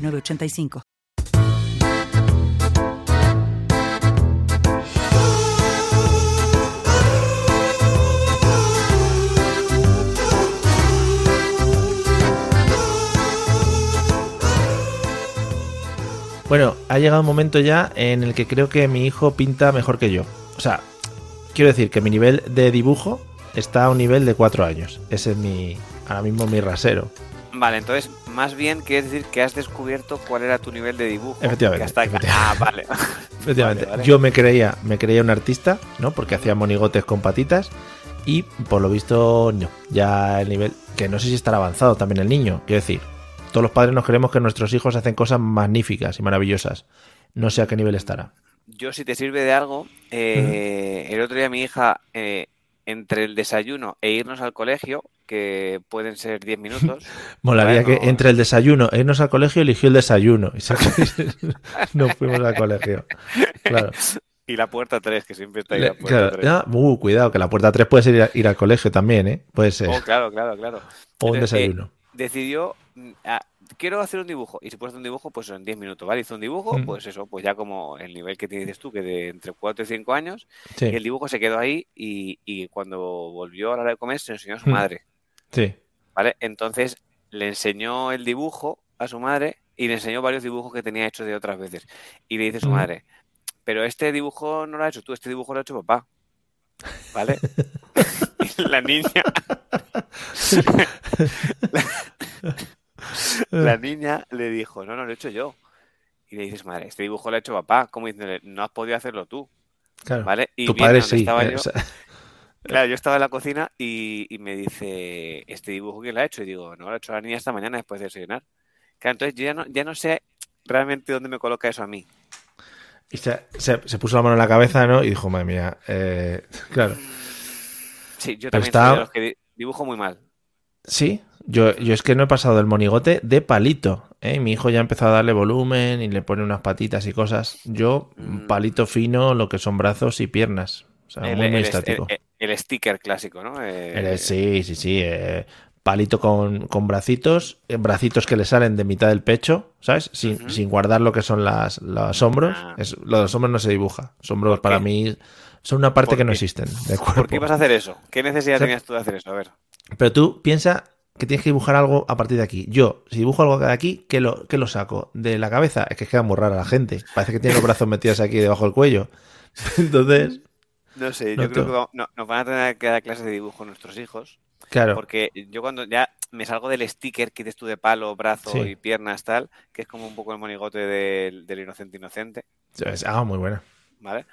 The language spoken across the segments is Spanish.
985. Bueno, ha llegado un momento ya en el que creo que mi hijo pinta mejor que yo. O sea, quiero decir que mi nivel de dibujo está a un nivel de 4 años. Ese es mi, ahora mismo mi rasero. Vale, entonces, más bien quieres decir que has descubierto cuál era tu nivel de dibujo. Efectivamente. Hasta efectivamente. Ah, vale. Efectivamente. Vale, vale. Yo me creía, me creía un artista, ¿no? Porque hacía monigotes con patitas. Y por lo visto, no. Ya el nivel. Que no sé si estará avanzado también el niño. Quiero decir, todos los padres nos creemos que nuestros hijos hacen cosas magníficas y maravillosas. No sé a qué nivel estará. Yo, si te sirve de algo, eh, el otro día mi hija, eh, entre el desayuno e irnos al colegio, que pueden ser 10 minutos. Molaría Bueno. que entre el desayuno e irnos al colegio eligió el desayuno. Y se- no fuimos al colegio. Claro. Y la puerta 3, que siempre está ahí la Le- puerta claro, 3. ya, uh, cuidado, que la puerta 3 puede ser ir, a- ir al colegio también, ¿eh? Puede ser. Oh, claro, claro, claro. o un entonces, eh, desayuno. Decidió, mm, ah, quiero hacer un dibujo. Y si puedes hacer un dibujo, pues en 10 minutos, ¿vale? Hizo un dibujo, Mm. pues eso, pues ya como el nivel que tienes tú, que de entre 4 y 5 años. Sí, Y el dibujo se quedó ahí y, y cuando volvió a la hora de comer se lo enseñó a su Mm. madre, sí. ¿vale? Entonces le enseñó el dibujo a su madre y le enseñó varios dibujos que tenía hechos de otras veces. Y le dice su Mm. madre, pero este dibujo no lo ha hecho tú, este dibujo lo ha hecho papá, ¿vale? Y la niña... la, la niña le dijo, no, no, lo he hecho yo. Y le dices, madre, este dibujo lo ha hecho papá, como diciéndole, no has podido hacerlo tú, Claro. ¿vale? Y tu viene padre donde sí. estaba eh, yo- o sea, Claro, yo estaba en la cocina y, y me dice, ¿este dibujo quién lo ha hecho? Y digo, no, lo ha hecho la niña esta mañana después de desayunar. Claro, entonces yo ya no, ya no sé realmente dónde me coloca eso a mí. y se, se- se puso la mano en la cabeza, ¿no? Y dijo, madre mía, eh, claro. Sí, yo Pero también está- soy de los que di- dibujo muy mal. Sí, yo, yo es que no he pasado del monigote de palito. ¿eh? Mi hijo ya empezó a darle volumen y le pone unas patitas y cosas. Yo, Mm. palito fino, lo que son brazos y piernas. O sea, El, muy, muy el- estático. el- el sticker clásico, ¿no? Eh, Eh, sí, sí, sí. eh, palito con, con bracitos, eh, bracitos que le salen de mitad del pecho, ¿sabes? Sin, Ujú. sin guardar lo que son las, los hombros. Ah. Es- lo de los hombros no se dibuja. Los hombros qué? para mí son una parte ¿Por que no qué? existen del ¿Por qué cuerpo. vas a hacer eso? ¿Qué necesidad Sí. tenías tú de hacer eso? A ver. Pero tú piensa que tienes que dibujar algo a partir de aquí. Yo, si dibujo algo de aquí, ¿qué lo, qué lo saco? ¿De la cabeza? Es que queda muy rara la gente. Parece que tiene los brazos metidos aquí debajo del cuello. Entonces, No sé, No, yo creo tú- que va- no- nos van a tener que dar clases de dibujo nuestros hijos. claro. Porque yo cuando ya me salgo del sticker que dices tú de palo, brazo Sí. y piernas, tal, que es como un poco el monigote del, del inocente inocente, Ah, muy buena. ¿vale?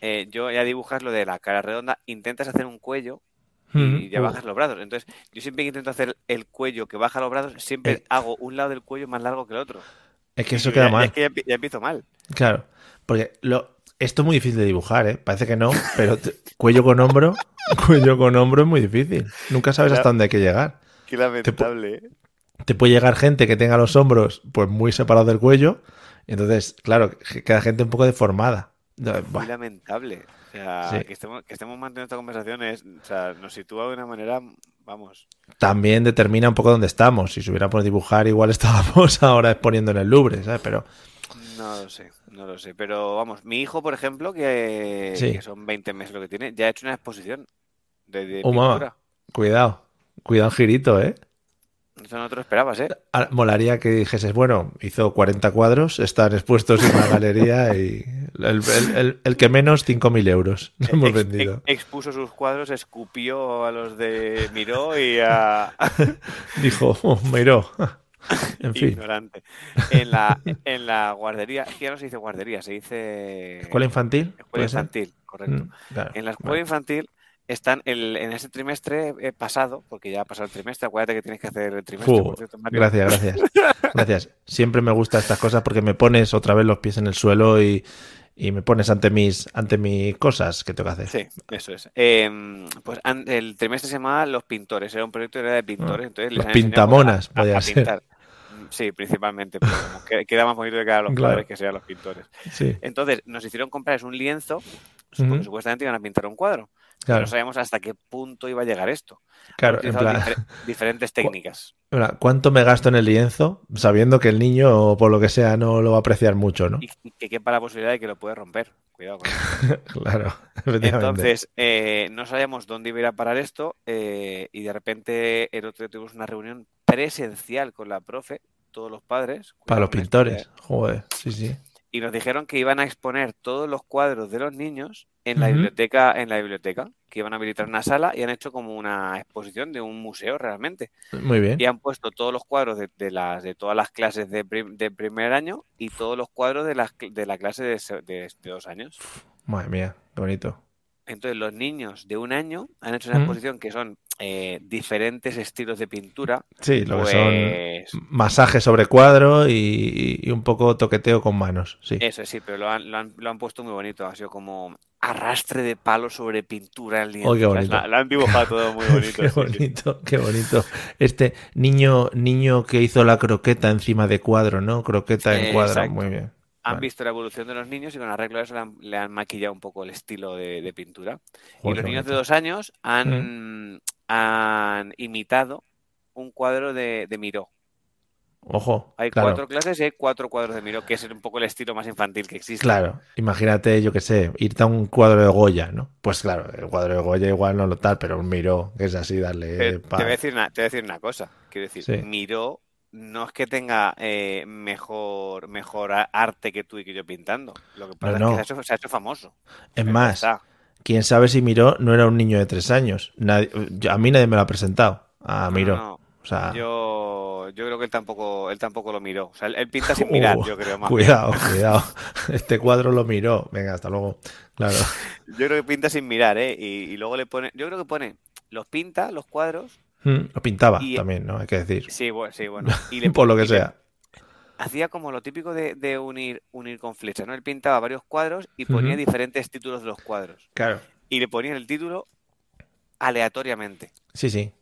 Eh, yo ya dibujas lo de la cara redonda, intentas hacer un cuello y Mm. ya bajas los brazos. Entonces, yo siempre que intento hacer el cuello que baja los brazos, siempre Eh. hago un lado del cuello más largo que el otro. Es que Y eso yo queda ya- ya mal. es que ya empie- ya empiezo mal. Claro, porque lo, esto es muy difícil de dibujar, ¿eh? Parece que no, pero t- cuello con hombro, cuello con hombro es muy difícil. Nunca sabes hasta Claro. dónde hay que llegar. Qué lamentable. ¿eh? Te puede llegar gente que tenga los hombros pues muy separados del cuello, y entonces, claro, que- queda gente un poco deformada. No, Muy buah, lamentable. O sea, Sí. que, estemos, que estemos manteniendo esta conversación es, o sea, nos sitúa de una manera, vamos. también determina un poco dónde estamos. Si se hubiera por dibujar, igual estábamos ahora exponiendo en el Louvre, ¿sabes? Pero No lo sé, no lo sé. Pero vamos, mi hijo, por ejemplo, que, Sí. que son 20 meses lo que tiene, ya ha hecho una exposición de, de Oh, mamá. pintura. cuidado, cuidado el girito, ¿eh? Eso no te lo esperabas, ¿eh? Ah, Molaría que dijeses, bueno, hizo 40 cuadros, están expuestos en la galería y el, el- el- el que menos, 5.000 euros. Lo hemos Ex- ex- vendido. expuso sus cuadros, escupió a los de Miró y a Dijo, oh, miró. En fin, ignorante. En la, en la guardería, es que ya no se dice guardería, se dice ¿escuela infantil? escuela ¿Puede ser? infantil, correcto. Mm, claro, En la escuela vale. infantil están el- en ese trimestre eh, pasado, porque ya ha pasado el trimestre, acuérdate que tienes que hacer el trimestre. Fu, por cierto, Mario. gracias, gracias. Gracias. Siempre me gustan estas cosas porque me pones otra vez los pies en el suelo y, y me pones ante mis, ante mis cosas que tengo que hacer. Sí, eso es. Eh, pues an- el trimestre se llamaba Los Pintores, era un proyecto que era de pintores. Entonces Ah, Los les han enseñado como pintamonas, podía ser. pintar. Sí, principalmente, pero como que- queda más bonito de cara a los Claro. padres que sean los pintores. Sí, Entonces nos hicieron comprar un lienzo, pues, porque Ujú. supuestamente iban a pintar un cuadro. pero claro, No sabíamos hasta qué punto iba a llegar esto. claro. En Utilizado plan, difer- diferentes técnicas. en plan, ¿cuánto me gasto en el lienzo sabiendo que el niño, por lo que sea, no lo va a apreciar mucho, ¿no? Y, y que quepa la posibilidad de que lo puede romper. Cuidado con eso. Claro, efectivamente. Entonces, eh, no sabíamos dónde iba a ir a parar esto eh, y de repente el otro día tuvimos una reunión presencial con la profe, todos los padres. Para los cuidado con esto, pintores, joder, sí, sí. eh, Y nos dijeron que iban a exponer todos los cuadros de los niños en la Ujú. biblioteca, en la biblioteca, que iban a habilitar una sala y han hecho como una exposición de un museo realmente. Muy bien. Y han puesto todos los cuadros de, de las, de todas las clases de, prim- de primer año y todos los cuadros de, las, cl- de la clase de se- de- de dos años. Madre mía, qué bonito. Entonces, los niños de un año han hecho una Mm. exposición que son eh, diferentes estilos de pintura. Sí, lo que pues, son masaje sobre cuadro y, y un poco toqueteo con manos, sí. Eso sí, pero lo han, lo han- lo han puesto muy bonito. Ha sido como arrastre de palo sobre pintura en lienzo. Oh, qué ¿sabes? bonito. La- Lo han dibujado todo muy bonito. qué sí, sí. bonito, qué bonito. Este niño, niño que hizo la croqueta encima de cuadro, ¿no? Croqueta en cuadro, Exacto. muy bien. Han Vale. visto la evolución de los niños y con arreglo a eso le han, le han maquillado un poco el estilo de, de pintura. y Joder, los qué niños de bonito. dos años han, han imitado un cuadro de, de Miró. Ojo, Hay claro, cuatro clases y hay cuatro cuadros de Miró, que es un poco el estilo más infantil que existe. claro. Imagínate, yo qué sé, irte a un cuadro de Goya, ¿no? Pues claro, el cuadro de Goya igual no lo tal, pero un miró, que es así, darle Pero te, Eh, pa- voy a decir una, te voy a decir una cosa. Quiero decir, Sí. Miró no es que tenga eh, mejor, mejor a- arte que tú y que yo pintando. Lo que pasa No, es que se ha hecho, se ha hecho famoso. Es Ya más, está. quién sabe si Miró no era un niño de tres años. Nadie- yo- a mí nadie me lo ha presentado. A No, Miró. Ah. no, O sea, no. Yo, yo creo que él tampoco, él tampoco lo miró. O sea, él, él pinta sin mirar, Uh, yo creo más. cuidado, cuidado. Este cuadro lo miró. Venga, hasta luego. Claro. Yo creo que pinta sin mirar, ¿eh? Y, y luego le pone. Yo creo que pone. Los pinta, los cuadros. Mm, Lo pintaba Hmm. Y- también, ¿no? Hay que decir. Sí, bueno, sí, bueno. Y le, Por lo que y le- sea. hacía como lo típico de, de unir, unir con flechas, ¿no? Él pintaba varios cuadros y ponía Ujú. diferentes títulos de los cuadros. Claro. Y le ponía el título aleatoriamente. Sí, sí.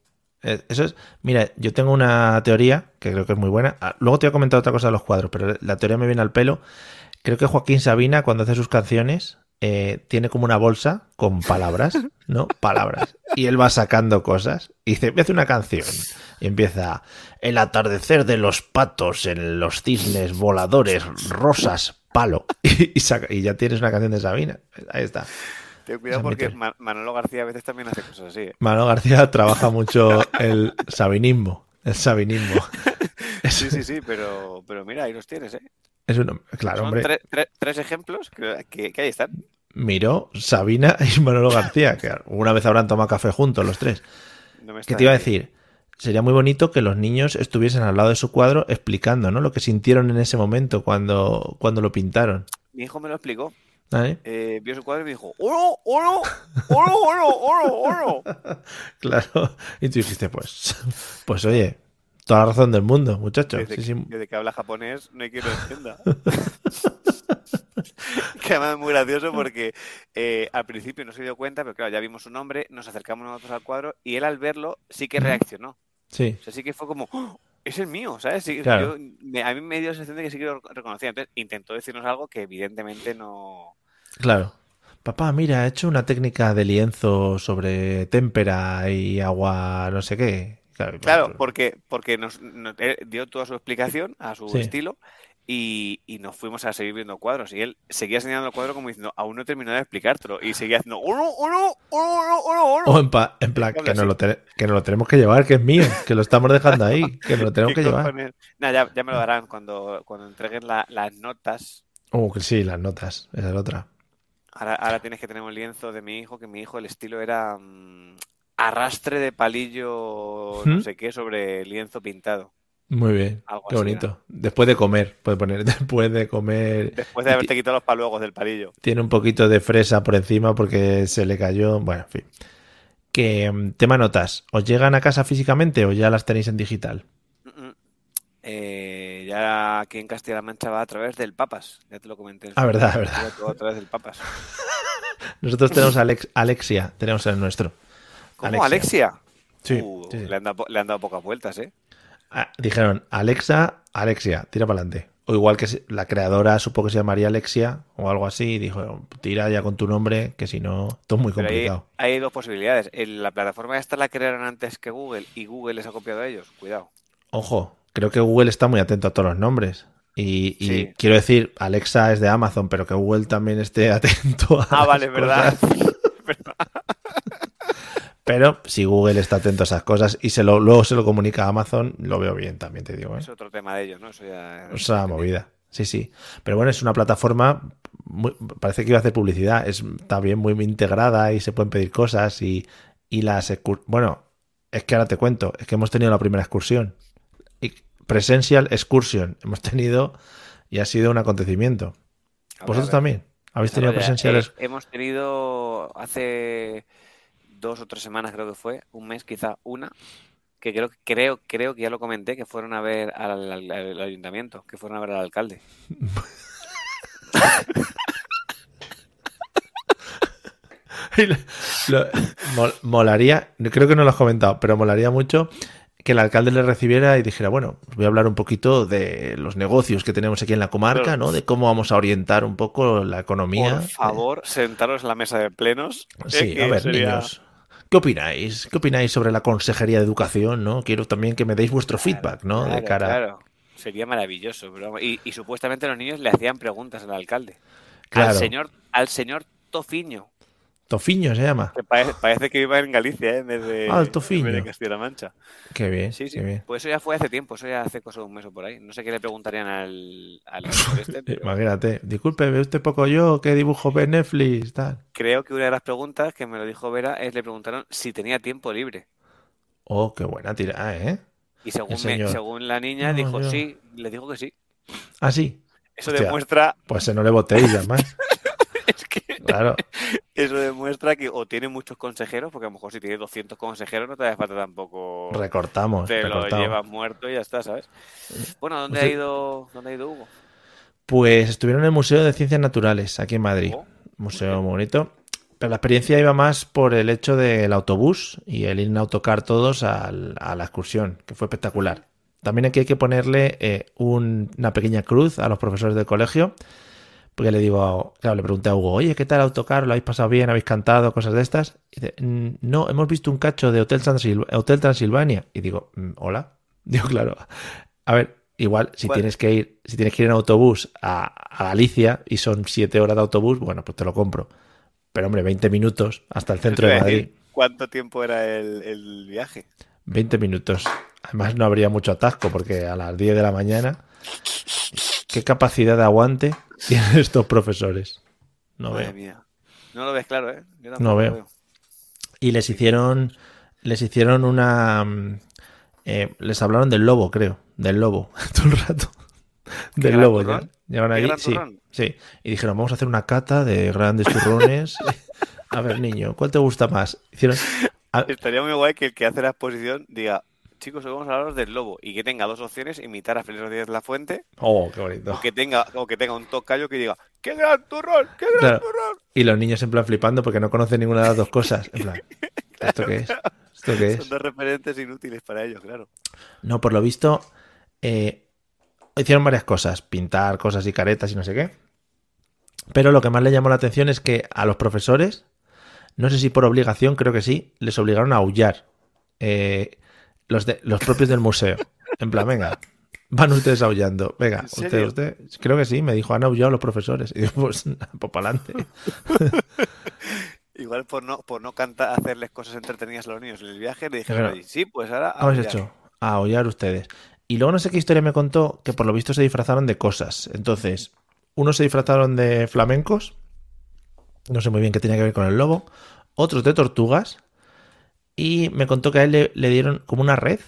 Eh, Eso es. Mira, yo tengo una teoría que creo que es muy buena. Ah, Luego te voy a comentar otra cosa de los cuadros, pero la teoría me viene al pelo. Creo que Joaquín Sabina, cuando hace sus canciones, eh, tiene como una bolsa con palabras, ¿no? Palabras. Y él va sacando cosas y dice: Voy a hacer una canción. Y empieza: El atardecer de los patos en los cisnes voladores, rosas, palo. Y, saca- y ya tienes una canción de Sabina. Ahí está. Ten cuidado Esa porque meter. Ma- Manolo García a veces también hace cosas así. ¿eh? Manolo García trabaja mucho el sabinismo. El sabinismo. Es, Sí, sí, sí, pero, pero mira, ahí los tienes, ¿eh? es un hom- claro, Son hombre. tre- tre- tres ejemplos que, que- que ahí están. Miró, Sabina y Manolo García, que alguna vez habrán tomado café juntos los tres. No me ¿Qué te iba a extraña. decir? Sería muy bonito que los niños estuviesen al lado de su cuadro explicando ¿no? lo que sintieron en ese momento cuando, cuando lo pintaron. Mi hijo me lo explicó. ¿vale? eh, vio su cuadro y me dijo: ¡Oro, oro! ¡Oro, oro, oro, oro! Claro. Y tú dijiste, pues, pues oye, toda la razón del mundo, muchachos. Desde, Sí, sí. desde que habla japonés, no hay quien lo entienda. que además es muy gracioso porque eh, al principio no se dio cuenta, pero claro, ya vimos su nombre, nos acercamos nosotros al cuadro y él al verlo sí que Ujú. reaccionó. Sí. O sea, sí que fue como, "¡Oh! es el mío, ¿sabes? Sí, Claro. yo- me- a mí me dio la sensación de que sí que lo reconocía. Entonces intentó decirnos algo que evidentemente no... Claro. Papá, mira, he hecho una técnica de lienzo sobre témpera y agua, no sé qué. Claro, pues, Claro, porque, porque nos, nos- él dio toda su explicación a su Sí. estilo y, y nos fuimos a seguir viendo cuadros. Y él seguía señalando el cuadro como diciendo, aún no he terminado de explicártelo. Y seguía haciendo, "Oh, ¡Oro, oro, oro, oro, oro, oro". O en, pa- en plan, Habla que nos, así. lo te- que nos lo tenemos que llevar, que es mío, que lo estamos dejando ahí, que nos lo tenemos ¿Qué que llevar. cojones? Nah, ya, ya me lo darán cuando, cuando entreguen la- las notas. Uh, que sí, las notas, esa es la otra. Ahora, ahora tienes que tener un lienzo de mi hijo, que mi hijo el estilo era mm, arrastre de palillo, no ¿Mm? sé qué, sobre lienzo pintado. Muy bien, Algo qué así bonito. Después de comer, puede poner, después de era. comer, Después de haberte quitado los paluegos del palillo. tiene un poquito de fresa por encima porque se le cayó, bueno, en fin. que mm, tema notas, ¿os llegan a casa físicamente o ya las tenéis en digital? Mm, mm. Eh, ya aquí en Castilla-La Mancha va a través del Papas, ya te lo comenté. en su Ah, verdad, momento, verdad. va todo a través del Papas. Nosotros tenemos a Alex- Alexia, tenemos el nuestro. ¿Cómo, Alexia. Alexia? Uh, Le, han dado, po- le han dado pocas vueltas, ¿eh? Ah, dijeron, Alexa, Alexia, tira para adelante. O igual que se- la creadora supo que se llamaría Alexia o algo así, y dijo, tira ya con tu nombre, que si no, todo es muy Pero hay, complicado. hay dos posibilidades. El- la plataforma esta la crearon antes que Google y Google les ha copiado a ellos. Cuidado. Ojo, creo que Google está muy atento a todos los nombres. Y, y Sí. quiero decir, Alexa es de Amazon, pero que Google también esté atento a. Ah, las vale, ¿verdad? cosas. Pero si Google está atento a esas cosas y se lo, luego se lo comunica a Amazon, lo veo bien también, te digo. ¿eh? Es otro tema de ellos, ¿no? Eso ya... O sea, movida. Sí, sí. Pero bueno, es una plataforma. muy- parece que iba a hacer publicidad. Es también muy integrada y se pueden pedir cosas. Y, y las. excur- Bueno, es que ahora te cuento. Es que hemos tenido la primera excursión. Y- Presential Excursion. Hemos tenido. Y ha sido un acontecimiento. A ver, ¿Vosotros a ver. también? ¿Habéis tenido Ahora, Presential eh, Ex- hemos tenido hace dos o tres semanas, creo que fue, un mes, quizá una, que creo, creo, creo que ya lo comenté, que fueron a ver al, al- al ayuntamiento, que fueron a ver al alcalde. Lo- mol- molaría, creo que no lo has comentado, pero molaría mucho que el alcalde le recibiera y dijera, bueno, os voy a hablar un poquito de los negocios que tenemos aquí en la comarca, Claro. ¿no? De cómo vamos a orientar un poco la economía. Por favor, sentaros en la mesa de plenos. eh, eh. Sí, a que ver, sería- niños. ¿Qué opináis? ¿Qué opináis sobre la Consejería de Educación, no? Quiero también que me deis vuestro feedback, ¿no? de Claro, cara... claro. Sería maravilloso. pero vamos, y, y supuestamente los niños le hacían preguntas al alcalde. Claro. Al señor, al señor Tofiño. Tofiño se llama. que pare- parece que viva en Galicia, ¿eh? en vez de, Ah, el en vez de Tofiño. Castilla-La Mancha. Qué bien, Sí, sí. qué bien. Pues eso ya fue hace tiempo, eso ya hace cosa de un mes o por ahí. No sé qué le preguntarían al, al actor este, pero Imagínate. Eh, Disculpe, ¿ve usted poco yo? ¿Qué dibujo ve Netflix? Tal. creo que una de las preguntas que me lo dijo Vera es le preguntaron si tenía tiempo libre. Oh, qué buena tirada, ¿eh? Y según, El me- señor. según la niña No, dijo yo- sí, le dijo que sí. Ah, sí. Eso Hostia. demuestra, Pues se no le votéis, además. es que Claro. eso demuestra que o tiene muchos consejeros, porque a lo mejor si tiene 200 consejeros no te hace falta tampoco. Recortamos, te lo recortamos. llevas muerto y ya está, ¿sabes? Eh, Bueno, ¿dónde ha Usted- ido, dónde ha ido Hugo? Pues estuvieron en el Museo de Ciencias Naturales, aquí en Madrid. Oh, Museo muy bonito. Pero la experiencia iba más por el hecho del autobús y el ir en autocar todos al- a la excursión, que fue espectacular. También aquí hay que ponerle eh, un- una pequeña cruz a los profesores del colegio, porque le digo, claro, le pregunté a Hugo, oye, ¿qué tal autocar? ¿Lo habéis pasado bien? ¿Habéis cantado? Cosas de estas. Y dice, "Mm, no, hemos visto un cacho de Hotel, Transil- Hotel Transilvania. Y digo, "Mm, hola. Digo, claro. A ver, igual, si Bueno. tienes que ir, si tienes que ir en autobús a, a Galicia y son siete horas de autobús, bueno, pues te lo compro. Pero hombre, 20 minutos hasta el yo te centro iba de a Madrid. decir, ¿Cuánto tiempo era el, el viaje? 20 minutos. Además, no habría mucho atasco porque a las 10 de la mañana. ¿Qué capacidad de aguante tienen estos profesores? No Madre veo. mía. No lo ves claro, ¿eh? Yo tampoco No lo veo. Y les hicieron. Les hicieron una. mm, eh, les hablaron del lobo, creo. Del lobo, todo el rato. Del gran lobo. turrón? Llegaron ¿Qué allí, gran sí, turrón? sí. Y dijeron, vamos a hacer una cata de grandes turrones. a ver, niño, ¿cuál te gusta más? Hicieron. a- Estaría muy guay que el que hace la exposición diga, chicos, hoy vamos a hablaros del lobo y que tenga dos opciones, imitar a Feliz Rodríguez La Fuente oh, qué bonito. o que tenga o que tenga un tocayo que diga, ¡qué gran turrón! ¡Qué gran Claro. turrón! Y los niños en plan flipando porque no conocen ninguna de las dos cosas. En plan, ¿esto qué es? ¿Esto qué Son es? dos referentes inútiles para ellos, claro. No, por lo visto, eh, hicieron varias cosas, pintar cosas y caretas y no sé qué. Pero lo que más le llamó la atención es que a los profesores, no sé si por obligación, creo que sí, les obligaron a aullar. eh, los, de- los propios del museo. En plan, venga, van ustedes aullando. Venga, ¿En usted, serio? usted. Creo que sí, me dijo, han aullado los profesores. Y yo, pues, pues para adelante. Igual por no, por no cantar, hacerles cosas entretenidas a los niños en el viaje, le dije, Claro. sí, pues ahora... habéis ya". hecho? A aullar ustedes. Y luego no sé qué historia me contó que por lo visto se disfrazaron de cosas. Entonces, unos se disfrazaron de flamencos. No sé muy bien qué tenía que ver con el lobo. Otros de tortugas. Y me contó que a él le, le dieron como una red.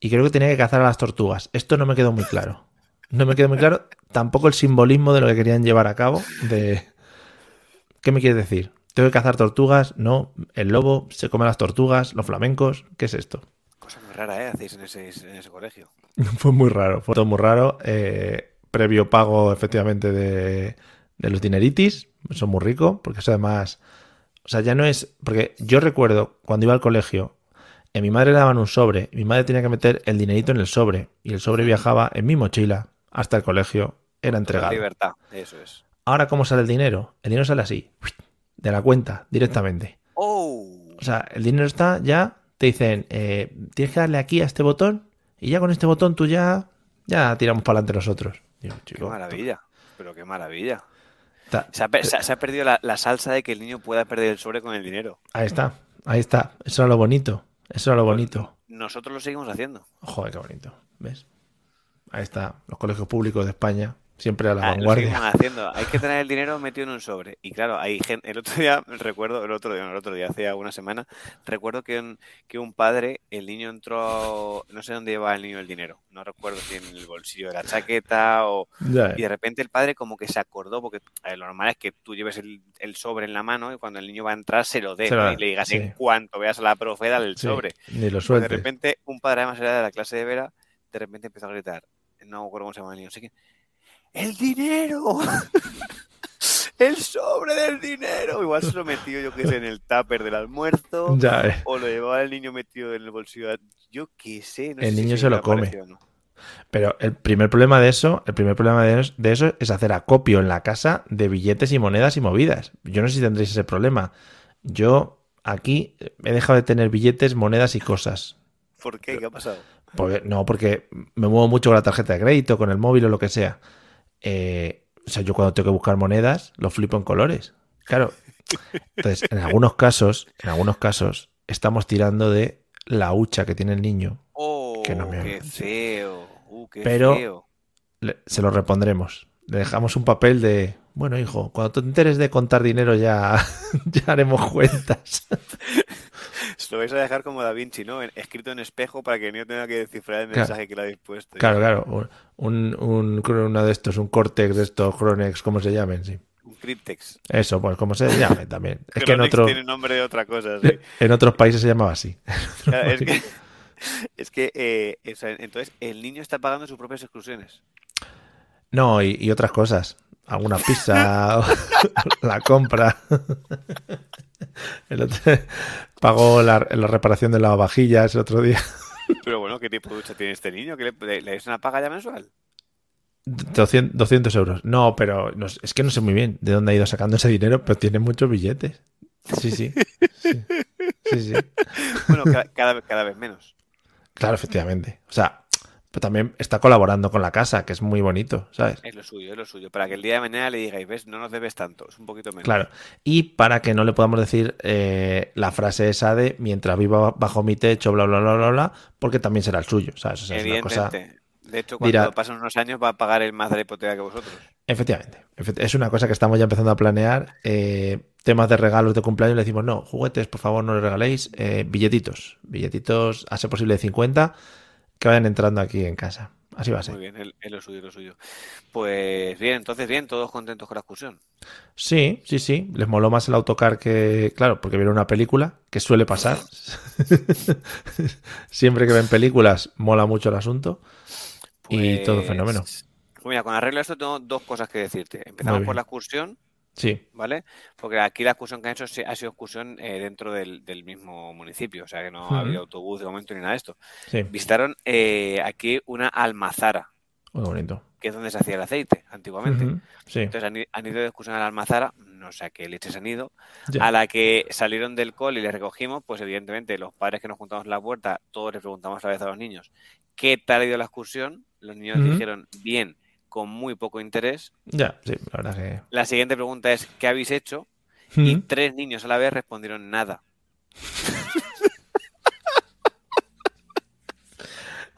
Y creo que tenía que cazar a las tortugas. Esto no me quedó muy claro. No me quedó muy claro tampoco el simbolismo de lo que querían llevar a cabo. De... ¿Qué me quieres decir? Tengo que cazar tortugas, no. El lobo se come las tortugas, los flamencos. ¿Qué es esto? Cosa muy rara, ¿eh? Hacéis en ese, en ese colegio. Fue muy raro, fue todo muy raro. eh, previo pago, efectivamente, de, de los dineritis. Son muy ricos, porque eso además. O sea, ya no es. Porque yo recuerdo cuando iba al colegio, a mi madre le daban un sobre. y Mi madre tenía que meter el dinerito en el sobre. Y el sobre viajaba en mi mochila hasta el colegio. Era Total entregado. libertad, eso es. Ahora, ¿cómo sale el dinero? El dinero sale así, de la cuenta, directamente. ¡Oh! O sea, el dinero está ya, te dicen, eh, tienes que darle aquí a este botón y ya con este botón tú ya, ya tiramos para adelante nosotros. Digo, ¡Qué chico, maravilla! Pero qué maravilla. ta- Se ha, pe- se ha- se ha perdido la, la salsa de que el niño pueda perder el sobre con el dinero. ahí está, ahí está. Eso era lo bonito, eso era lo bonito. Nosotros lo seguimos haciendo. Joder, qué bonito, ¿ves? Ahí está, los colegios públicos de España, siempre a la Ah, lo seguimos vanguardia. haciendo. Hay que tener el dinero metido en un sobre. Y claro, hay gen- el otro día, recuerdo, el otro día, no, el otro día, hace una semana, recuerdo que un, que un padre, el niño entró, no sé dónde llevaba el niño el dinero. No recuerdo si en el bolsillo de la chaqueta o... Ya, eh. Y de repente el padre como que se acordó, porque a ver, lo normal es que tú lleves el, el sobre en la mano y cuando el niño va a entrar se lo des Se lo ¿no? da, y le digas sí. en cuanto veas a la profe, dale el Sí, sobre. Ni lo Pues de sueltes. repente, un padre además era de la clase de Vera, de repente empezó a gritar, no me acuerdo cómo se llama el niño, así que, ¡el dinero! ¡El sobre del dinero! Igual se lo metió, yo que sé, en el tupper del almuerzo, Ya, eh. o lo llevaba el niño metido en el bolsillo, yo qué sé. No El sé si niño se seguirá lo come. parecido o no. Pero el primer problema de eso, el primer problema de es- de eso es hacer acopio en la casa de billetes y monedas y movidas. Yo no sé si tendréis ese problema. Yo aquí he dejado de tener billetes, monedas y cosas. ¿Por qué? ¿Qué ha pasado? Porque- no, porque me muevo mucho con la tarjeta de crédito, con el móvil o lo que sea. Eh, o sea, yo cuando tengo que buscar monedas, lo flipo en colores. Claro. Entonces, en algunos casos, en algunos casos, estamos tirando de la hucha que tiene el niño. ¡Oh, Que no me- qué feo! ¡Uh, qué Pero- feo! le- se lo repondremos. Le dejamos un papel de, bueno, hijo, cuando te enteres de contar dinero ya, ya haremos cuentas. Se Lo vais a dejar como Da Vinci, ¿no? En- escrito en espejo para que el niño tenga que descifrar el Claro. mensaje que le habéis puesto. Claro, claro. Un, un, un- uno de estos, un Cortex de estos, Cronex, como se llamen, sí. Un cryptex. Eso, pues como se llame también. Es que en, Cronex otro, tiene nombre de otra cosa, sí. en otros países se llamaba así. Claro, es que, es que eh, o sea, entonces el niño está pagando sus propias exclusiones. No, y, y otras cosas. Alguna pizza, la compra. El otro- pagó la, la reparación de lavavajillas el otro día. Pero bueno, ¿qué tipo de ducha tiene este niño? ¿Que le, le, le dais una paga ya mensual? 200, 200 euros. No, pero no sé- es que no sé muy bien de dónde ha ido sacando ese dinero, pero tiene muchos billetes. Sí, sí. Sí, sí. sí. Bueno, ca- cada, cada vez menos. Claro, efectivamente. O sea, pero también está colaborando con la casa, que es muy bonito, ¿sabes? Es lo suyo, es lo suyo. Para que el día de mañana le digáis, ves, no nos debes tanto, es un poquito menos. Claro. Y para que no le podamos decir eh, la frase esa de mientras viva bajo mi techo, bla, bla, bla, bla, bla, porque también será el suyo, ¿sabes? O sea, es una cosa. Evidentemente. De hecho, cuando Dirá- pasan unos años va a pagar el más de la hipoteca que vosotros. Efectivamente. Efect- Es una cosa que estamos ya empezando a planear. eh, temas de regalos de cumpleaños le decimos, no, juguetes, por favor, no le regaléis. eh, billetitos. Billetitos, a ser posible de 50, que vayan entrando aquí en casa. Así va a Muy ser. bien, es es lo suyo, es lo suyo. Pues bien, entonces bien, todos contentos con la excursión. Sí, sí, sí. Les moló más el autocar que, claro, porque vieron una película, que suele pasar. Siempre que ven películas, mola mucho el asunto. Y todo Pues- fenómeno. Pues mira, con arreglo a esto tengo dos cosas que decirte. Muy Empezamos bien. por la excursión, Sí, ¿vale? Porque aquí la excursión que han hecho se- ha sido excursión eh, dentro del, del mismo municipio, o sea que no Ujú. ha habido autobús de momento ni nada de esto. sí. Visitaron eh, aquí una almazara, Muy bonito. que es donde se hacía el aceite antiguamente. Ujú, Sí. Entonces han, i- han ido de excursión a la almazara, no sé a qué leches han ido, ya. a la que salieron del cole y les recogimos, pues evidentemente los padres que nos juntamos en la puerta, todos les preguntamos a la vez a los niños, ¿qué tal ha ido la excursión? Los niños Ujú. dijeron, bien, con muy poco interés. Ya, sí, la verdad que. La siguiente pregunta es, ¿qué habéis hecho? Y tres niños a la vez respondieron nada.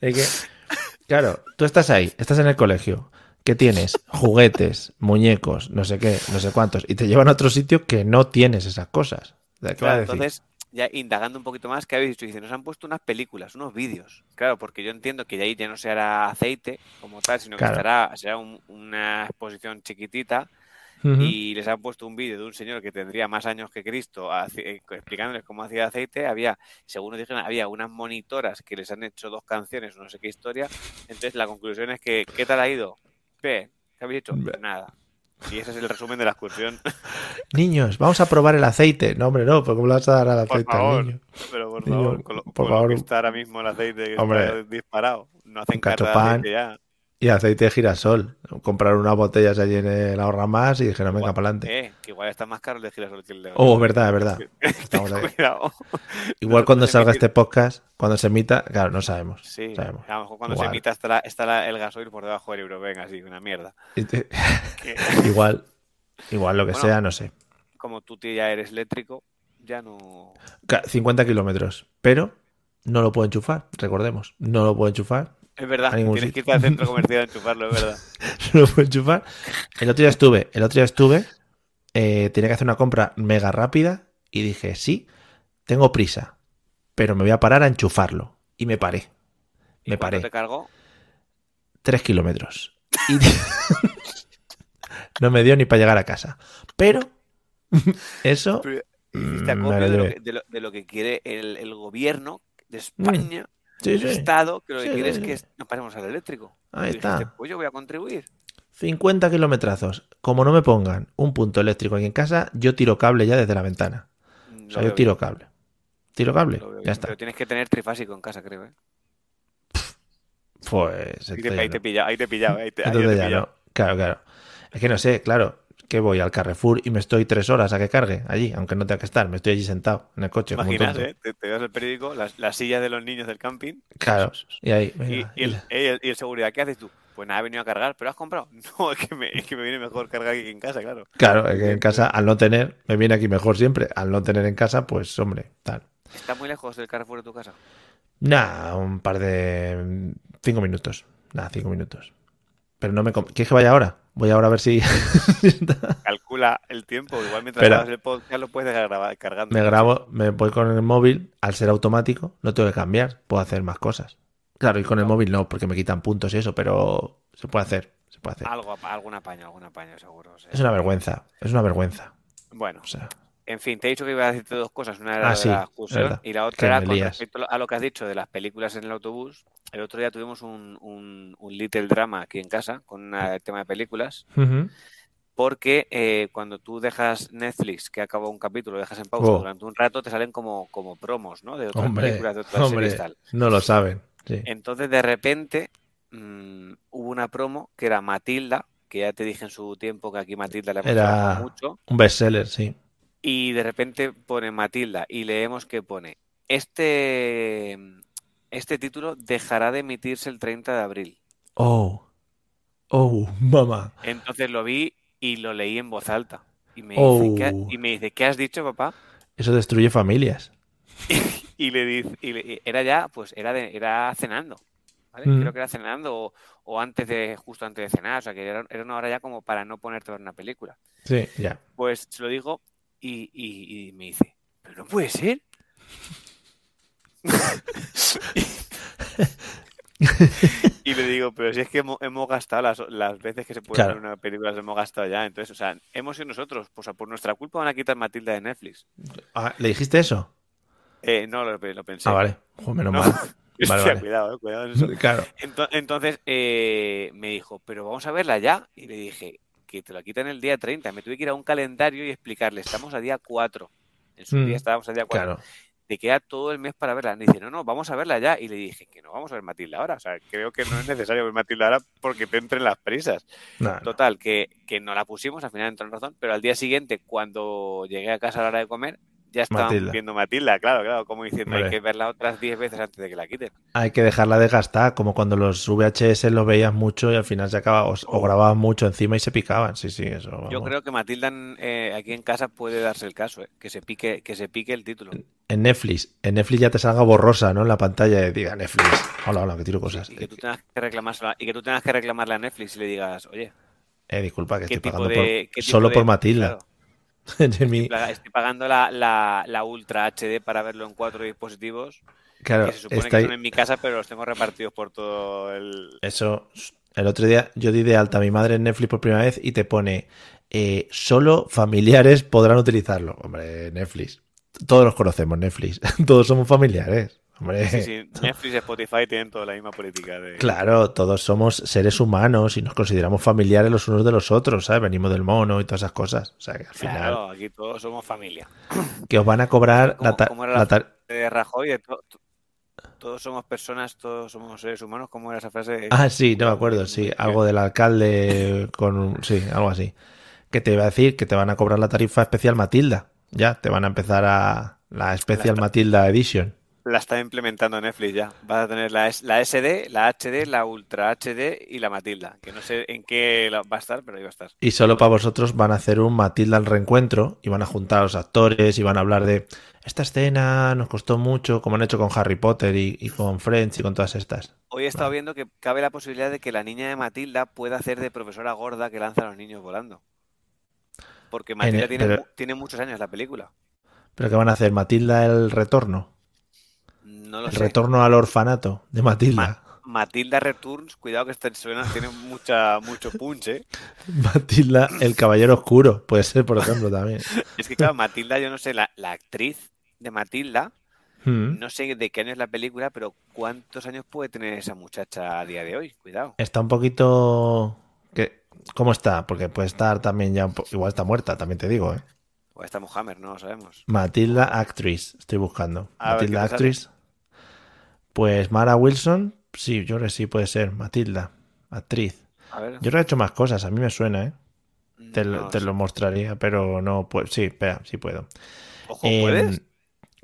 Es que, claro, tú estás ahí, estás en el colegio, que tienes juguetes, muñecos, no sé qué, no sé cuántos, y te llevan a otro sitio que no tienes esas cosas. O sea, ¿qué vas a Claro, decir? entonces, ya indagando un poquito más, ¿qué habéis dicho? Dice, nos han puesto unas películas, unos vídeos. Claro, porque yo entiendo que de ahí ya no se hará aceite como tal, sino que Claro. estará, será un- una exposición chiquitita Ujú. y les han puesto un vídeo de un señor que tendría más años que Cristo haci- eh, explicándoles cómo hacía aceite. Había, según nos dijeron, había unas monitoras que les han hecho dos canciones, no sé qué historia. Entonces la conclusión es que, ¿qué tal ha ido? P, ¿qué habéis hecho? Be- Nada. Y ese es el resumen de la excursión. Niños, vamos a probar el aceite. No, hombre, no, porque ¿cómo le vas a dar al aceite Por al favor, niño? pero por Niño, favor, con lo, por con lo favor. que está ahora mismo el aceite que Hombre. está disparado. No hacen Un carta de cachopán. aceite ya. Y aceite de girasol. Compraron unas botellas allí en el ahorra más y dijeron, venga, Guau, para adelante. Eh, que igual está más caro el de girasol que el de Oh, verdad, es verdad. Vamos a ver. Cuidado. Igual te cuando puedes salga emitir. este podcast, cuando se emita, claro, no sabemos. Sí, Sabemos. a lo mejor cuando Igual. se emita estará, estará el gasoil por debajo del euro. Venga, sí, una mierda. Este- Que, igual, igual lo que Bueno. sea, no sé. como tú tío, ya eres eléctrico, ya no. Ca- 50 kilómetros, pero no lo puedo enchufar, recordemos. No lo puedo enchufar, Es A verdad, ningún tienes que sitio. irte al centro comercial a enchufarlo, es verdad. no lo puedo enchufar. El otro día estuve, el otro día estuve, eh, tenía que hacer una compra mega rápida y dije, sí, tengo prisa, pero me voy a parar a enchufarlo. Y me paré, ¿Y Me cuánto paré. te cargó? 3 kilómetros. Y no me dio ni para llegar a casa. Pero eso... Pero mm, Hiciste acopio me lo de, lo llevé. que, de lo- de lo que quiere el, el gobierno de España, Mm, Sí, el sí. Estado, que lo que Sí, quiere sí, es que sí. nos pasemos al eléctrico. Ahí Y dijiste, está. Pues yo voy a contribuir. 50 kilometrazos. Como no me pongan un punto eléctrico aquí en casa, yo tiro cable ya desde la ventana. Mm, O sea, yo tiro cable. Tiro cable, ya está. Pero tienes que tener trifásico en casa, creo. ¿eh? Pues entonces Ahí, te, ahí ya te no. pilla, ahí te pillaba. Ahí te, ahí Entonces te ya pillaba. no. Claro, claro. Es que no sé, claro, que voy al Carrefour y me estoy tres horas a que cargue allí, aunque no tenga que estar, me estoy allí sentado en el coche. como un Imaginas, tonto. ¿eh? Te, te das el periódico, las, las sillas de los niños del camping. Claro. Y ahí, Y, venga, y el, y el- y el seguridad, ¿qué haces tú? Pues nada, he venido a cargar, pero has comprado. No, es que me, es que me viene mejor cargar que en casa, claro. Claro, es que en casa, al no tener, me viene aquí mejor siempre. Al no tener en casa, pues hombre, tal. Está muy lejos del Carrefour de tu casa. Nah, un par de. mm, cinco minutos. Nada, cinco minutos. Pero no me. com- ¿Quieres que vaya ahora? Voy ahora a ver si. Calcula el tiempo, igual mientras Espera. grabas el podcast lo puedes dejar graba- cargando. me grabo, me voy con el móvil. Al ser automático, no tengo que cambiar. Puedo hacer más cosas. Claro, y con el móvil no, porque me quitan puntos y eso, pero se puede hacer. Se puede hacer. Algo, algún apaño, algún apaño, seguro. o sea. Es una vergüenza. Es una vergüenza. Bueno, O sea, en fin, te he dicho que iba a decirte dos cosas. Una era Ah, de sí, la excursión verdad, y la que otra era me con lías. respecto a lo que has dicho de las películas en el autobús. El otro día tuvimos un, un, un little drama aquí en casa con una- el tema de películas. ujú. porque eh, cuando tú dejas Netflix, que acaba un capítulo, lo dejas en pausa Oh. durante un rato, te salen como, como promos, ¿no? De otras hombre, películas, de otras hombre, series tal. no lo saben. Sí. Entonces, de repente, mm, hubo una promo que era Matilda, que ya te dije en su tiempo que aquí Matilda la hemos Era- trabajado mucho, Un bestseller, sí. y de repente pone Matilda y leemos que pone este, este título dejará de emitirse el 30 de abril. Oh, oh, mamá. Entonces lo vi y lo leí en voz alta. Y me, Oh. dice, "¿Qué ha- y me dice, ¿qué has dicho, papá? Eso destruye familias. y le dice, y le- y era ya, pues era de- era cenando, ¿vale? Mm. Creo que era cenando o, o antes de, justo antes de cenar, o sea que era, era una hora ya como para no ponerte a ver una película. Sí, ya. Pues se lo digo y, y- y me dice, pero no puede ser. y le digo, pero si es que hemos, hemos gastado las, las veces que se puede Claro. ver una película, las hemos gastado ya. Entonces, o sea, hemos sido nosotros, pues por nuestra culpa van a quitar Matilda de Netflix. Ah, ¿Le dijiste eso? Eh, no, lo, lo pensé. Ah, vale. Joder, menos No. mal. Hostia, Vale, vale. cuidado, eh, cuidado en eso. Claro. Ento- Entonces eh, me dijo, pero vamos a verla ya. Y le dije, que te la quitan el día 30. Me tuve que ir a un calendario y explicarle, estamos a día 4. En su Mm, día estábamos a día 4. Claro. Te queda todo el mes para verla. Me dice, no, no, vamos a verla ya. Y le dije, que no vamos a ver Matilda ahora. O sea, creo que no es necesario ver Matilda ahora porque te entren las prisas. Nah, no. Total, que, que no la pusimos, al final entró en razón. Pero al día siguiente, cuando llegué a casa a la hora de comer, ya estaban Matilda. viendo Matilda, claro, claro, como diciendo, hay Hombre. que verla otras 10 veces antes de que la quiten. Hay que dejarla desgastar, como cuando los VHS los veías mucho y al final se acababa, o, o grababas mucho encima y se picaban. Sí, sí, eso. Yo vamos. creo que Matilda en- eh, aquí en casa puede darse el caso, ¿eh? que se pique, que se pique el título. En Netflix. En Netflix ya te salga borrosa, ¿no? En la pantalla y diga Netflix. Hola, hola, pues que tiro cosas. Y que tú tengas que reclamárselo a- y que tú tengas que reclamarle a Netflix y le digas, oye, Eh, disculpa, que ¿qué estoy tipo pagando de. por- qué tipo solo de- por Matilda. claro, De mi- la- estoy pagando la, la- la Ultra HD para verlo en cuatro dispositivos, Claro, que se supone está que ahí- son en mi casa, pero los tengo repartidos por todo el. Eso El otro día yo di de alta a mi madre en Netflix por primera vez y te pone eh, solo familiares podrán utilizarlo. Hombre, Netflix. Todos los conocemos, Netflix. Todos somos familiares. Hombre. Sí, sí, Netflix y Spotify tienen toda la misma política de... Claro, todos somos seres humanos y nos consideramos familiares los unos de los otros, ¿sabes? Venimos del mono y todas esas cosas. O sea, que al final... Claro, aquí todos somos familia. Que os van a cobrar ¿Cómo, la, ta- cómo era la la tar- frase de Rajoy? De to- to- todos somos personas, todos somos seres humanos. ¿Cómo era esa frase? Ah, sí, no me acuerdo, sí. Algo del alcalde con... un- Sí, algo así. Que te iba a decir que te van a cobrar la tarifa especial Matilda. Ya, te van a empezar a... La especial Matilda Edition. La está implementando Netflix ya. Vas a tener la, S- la SD, la HD, la Ultra HD y la Matilda. Que no sé en qué la- va a estar, pero ahí va a estar. Y solo para vosotros van a hacer un Matilda al reencuentro y van a juntar a los actores y van a hablar de esta escena nos costó mucho, como han hecho con Harry Potter y, y con Friends y con todas estas. Hoy he estado viendo que cabe la posibilidad de que la niña de Matilda pueda hacer de profesora gorda que lanza a los niños volando. Porque Matilda el- tiene, pero- mu- tiene muchos años la película. Pero que van a hacer Matilda el retorno, No lo el sé. retorno al orfanato de Matilda. Matilda Returns, cuidado que este suena, tiene mucha, mucho punch, ¿eh? Matilda el caballero oscuro, puede ser por ejemplo también. Es que claro, Matilda, yo no sé, la, la actriz de Matilda, Mm. no sé de qué año es la película, pero cuántos años puede tener esa muchacha a día de hoy, cuidado. Está un poquito... ¿Qué? ¿Cómo está? Porque puede estar también ya... un po- Igual está muerta, también te digo. ¿eh? O esta Hammer, no lo sabemos. Matilda Actress, estoy buscando. A ver, ¿qué Matilda te sale? Actress. Pues Mara Wilson, sí, yo creo que sí puede ser. Matilda, actriz. A ver. Yo creo que ha hecho más cosas, a mí me suena, ¿eh? Te, lo- no te sé. lo mostraría, pero no, pues sí, espera, sí puedo. Ojo, Eh, ¿puedes?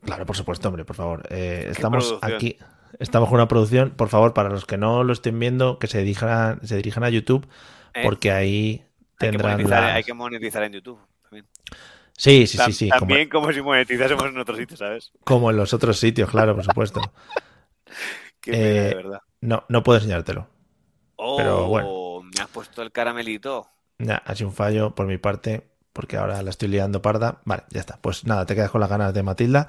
Claro, por supuesto, hombre, por favor. Eh, estamos producción. aquí, estamos con una producción, por favor, para los que no lo estén viendo, que se dirijan, se dirijan a YouTube, Eh, porque ahí hay, que tendrán monetizar, las- hay que monetizar en YouTube. También, Sí, sí, sí, Tam- sí. como- también como... si monetizásemos en otro sitio, ¿sabes? como en los otros sitios, claro, por supuesto. Qué pena, Eh, de verdad. No, no puedo enseñártelo. Oh, pero bueno. me has puesto el caramelito. Nah, ha sido un fallo por mi parte, porque ahora la estoy liando parda. Vale, ya está. Pues nada, te quedas con las ganas de Matilda.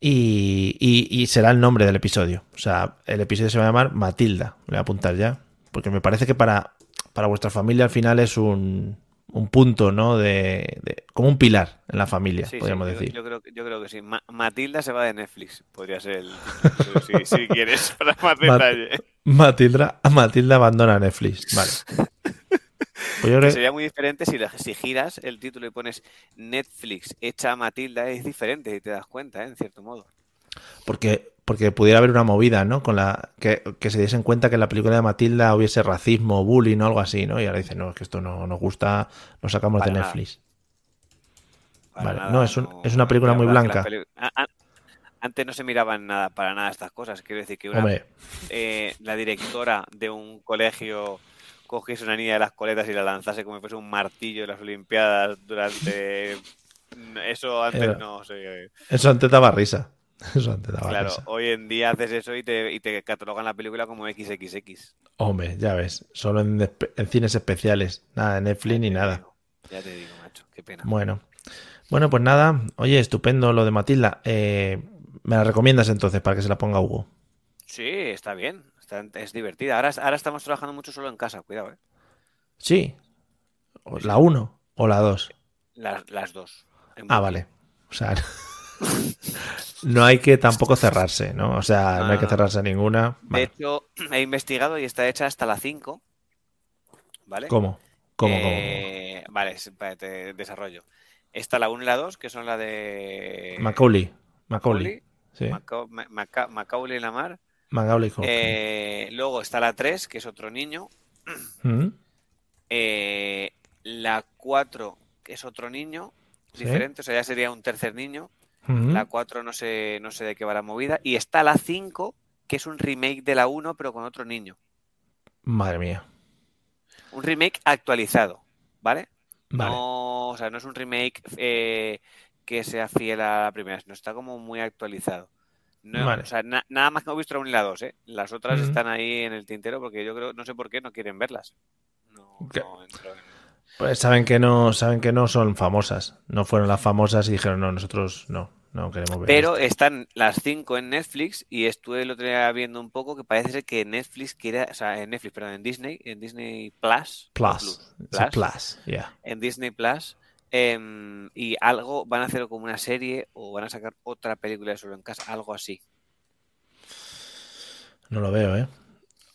Y, y- y será el nombre del episodio. O sea, el episodio se va a llamar Matilda. Me lo voy a apuntar ya. Porque me parece que para, para vuestra familia al final es un, un punto, ¿no? De, de- como un pilar en la familia, Sí, sí, podríamos yo, decir. yo creo, que- yo creo que sí. Ma- Matilda se va de Netflix, podría ser el título, si, si quieres, para más Mat- detalle. Matilda, Matilda abandona Netflix. Vale. Pues yo Que creo- sería muy diferente si, la- si giras el título y pones Netflix hecha a Matilda, es diferente y te das cuenta, ¿eh? en cierto modo. Porque, porque pudiera haber una movida, ¿no? Con la que, que se diesen cuenta que en la película de Matilda hubiese racismo, bullying o algo así, ¿no? Y ahora dicen, no, es que esto no nos gusta, lo sacamos Para de nada. Netflix. Para Vale, no, es un- es una la película muy verdad que las blanca. peli- a- a- Antes no se miraban nada para nada estas cosas. Quiero decir que una, Hombre, eh, la directora de un colegio cogiese una niña de las coletas y la lanzase como si fuese un martillo en las Olimpiadas durante... mm, Eso antes Era- no se... eso antes daba risa. Eso antes daba Claro, risa. hoy en día haces eso y te, y te catalogan la película como XXX. Hombre, ya ves, solo en, despe- en cines especiales, nada de Netflix ni Ya te nada. digo, Ya te digo, macho, qué pena. Bueno, bueno, pues nada, oye, estupendo lo de Matilda. Eh, ¿Me la recomiendas entonces para que se la ponga Hugo? Sí, está bien, está- es divertida. Ahora, ahora estamos trabajando mucho solo en casa, cuidado, ¿eh? Sí. ¿O ¿La 1 o la 2? Las, las dos. En Ah, bucle. vale. O sea, no hay que tampoco cerrarse, ¿no? O sea, no, hay que Ah. cerrarse a ninguna. De Vale. hecho, he investigado y está hecha hasta la 5. ¿Vale? ¿Cómo? ¿Cómo? ¿Cómo? Eh, Vale, espera, te desarrollo. Está la 1 y la 2, que son la de. ¿Cómo? Macaulay. ¿eh? Macaulay. Macaulay, Sí. Maca- Ma- Maca- Macaulay y Lamar. Macaulay Culkin. Eh, luego está la 3, que es otro niño. ¿Mm? Eh, la 4 es otro niño, Sí. diferente, o sea, ya sería un tercer niño. ¿Mm? La 4 no sé, no sé de qué va la movida. Y está la 5, que es un remake de la 1, pero con otro niño. Madre mía. Un remake actualizado, ¿vale? Vale. No, o sea, no es un remake eh, que sea fiel a la primera, no está como muy actualizado. No, Vale. Mm. O sea, na- nada más que hemos visto la 1 y la 2, ¿eh? Las otras Ujú. están ahí en el tintero porque yo creo, no sé por qué, no quieren verlas. No, Ok. no entro en- Pues saben que no, saben que no son famosas. No fueron las famosas y dijeron, no, nosotros no. No queremos ver. Pero están las cinco en Netflix y estuve el otro día viendo un poco que parece ser que Netflix quiere, o sea, en Netflix, perdón, en Disney, en Disney Plus. Plus. Plus, It's a plus, yeah. En Disney Plus. em, y algo van a hacer como una serie o van a sacar otra película de solo en casa, algo así. No lo veo, ¿eh?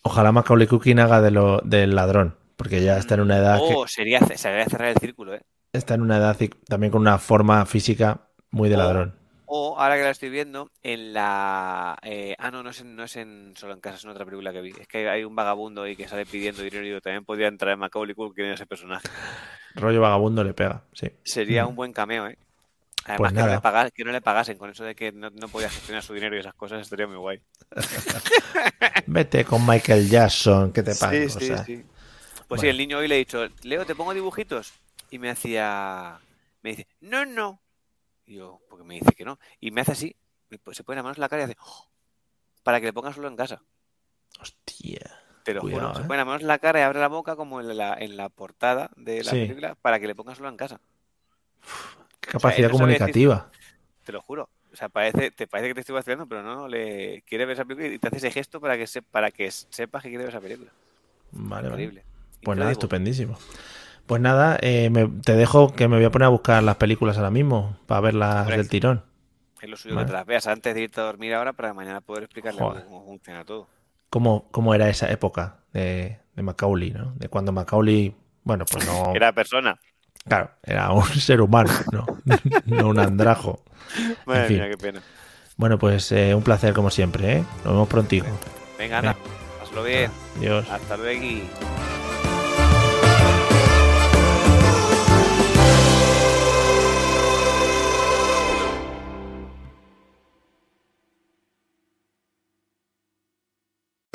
Ojalá Macaulay Culkin haga de lo, del ladrón, porque ya está en una edad que- Oh, sería, sería cerrar el círculo, ¿eh? está en una edad y también con una forma física muy de Oh. ladrón. O, ahora que la estoy viendo, en la... eh, ah, no, no es, en, no es en Solo en Casa, es en otra película que vi. Es que hay un vagabundo ahí que sale pidiendo dinero y digo, también podría entrar en Macaulay Culkin en ese personaje. Rollo vagabundo le pega, sí. Sería Ujú. un buen cameo, ¿eh? Mm. Además, Pues que, no le nada. paga- que no le pagasen con eso de que no, no podía gestionar su dinero y esas cosas, estaría muy guay. Vete con Michael Jackson, que te pagan Sí, sí, cosas. sí. Pues sí, Bueno. el niño hoy le he dicho, Leo, ¿te pongo dibujitos? Y me hacía... Me dice, no, no. Y yo, porque me dice que no. Y me hace así, y, pues, se pone las manos en la cara y hace... "Oh", para que le ponga solo en casa. Hostia. Te lo Cuidado, juro. ¿eh? Se pone la mano en la cara y abre la boca como en la, en la portada de la Sí. película para que le pongas solo en casa. Qué capacidad no sabía comunicativa. Te lo juro. O sea, parece, te parece que te estoy vacilando, pero no, le quiere ver esa película y te hace ese gesto para que, se, para que sepas que quiere ver esa película. Vale, vale. Increíble. Pues nada, Incredible. estupendísimo. Pues nada, eh, me- te dejo que me voy a poner a buscar las películas ahora mismo para verlas Hombre. del tirón. Es lo suyo Vale. que te las veas antes de irte a dormir ahora para mañana poder explicarle Joder. cómo funciona todo. ¿Cómo, cómo era esa época de, de Macaulay, ¿no? De cuando Macaulay, bueno, pues no. Era persona. Claro, era un ser humano, ¿no? no un andrajo. Madre fin. mía, qué pena. Bueno, pues eh, un placer como siempre, ¿eh? Nos vemos prontico. Venga, anda. Hazlo bien. Adiós. Hasta luego. y-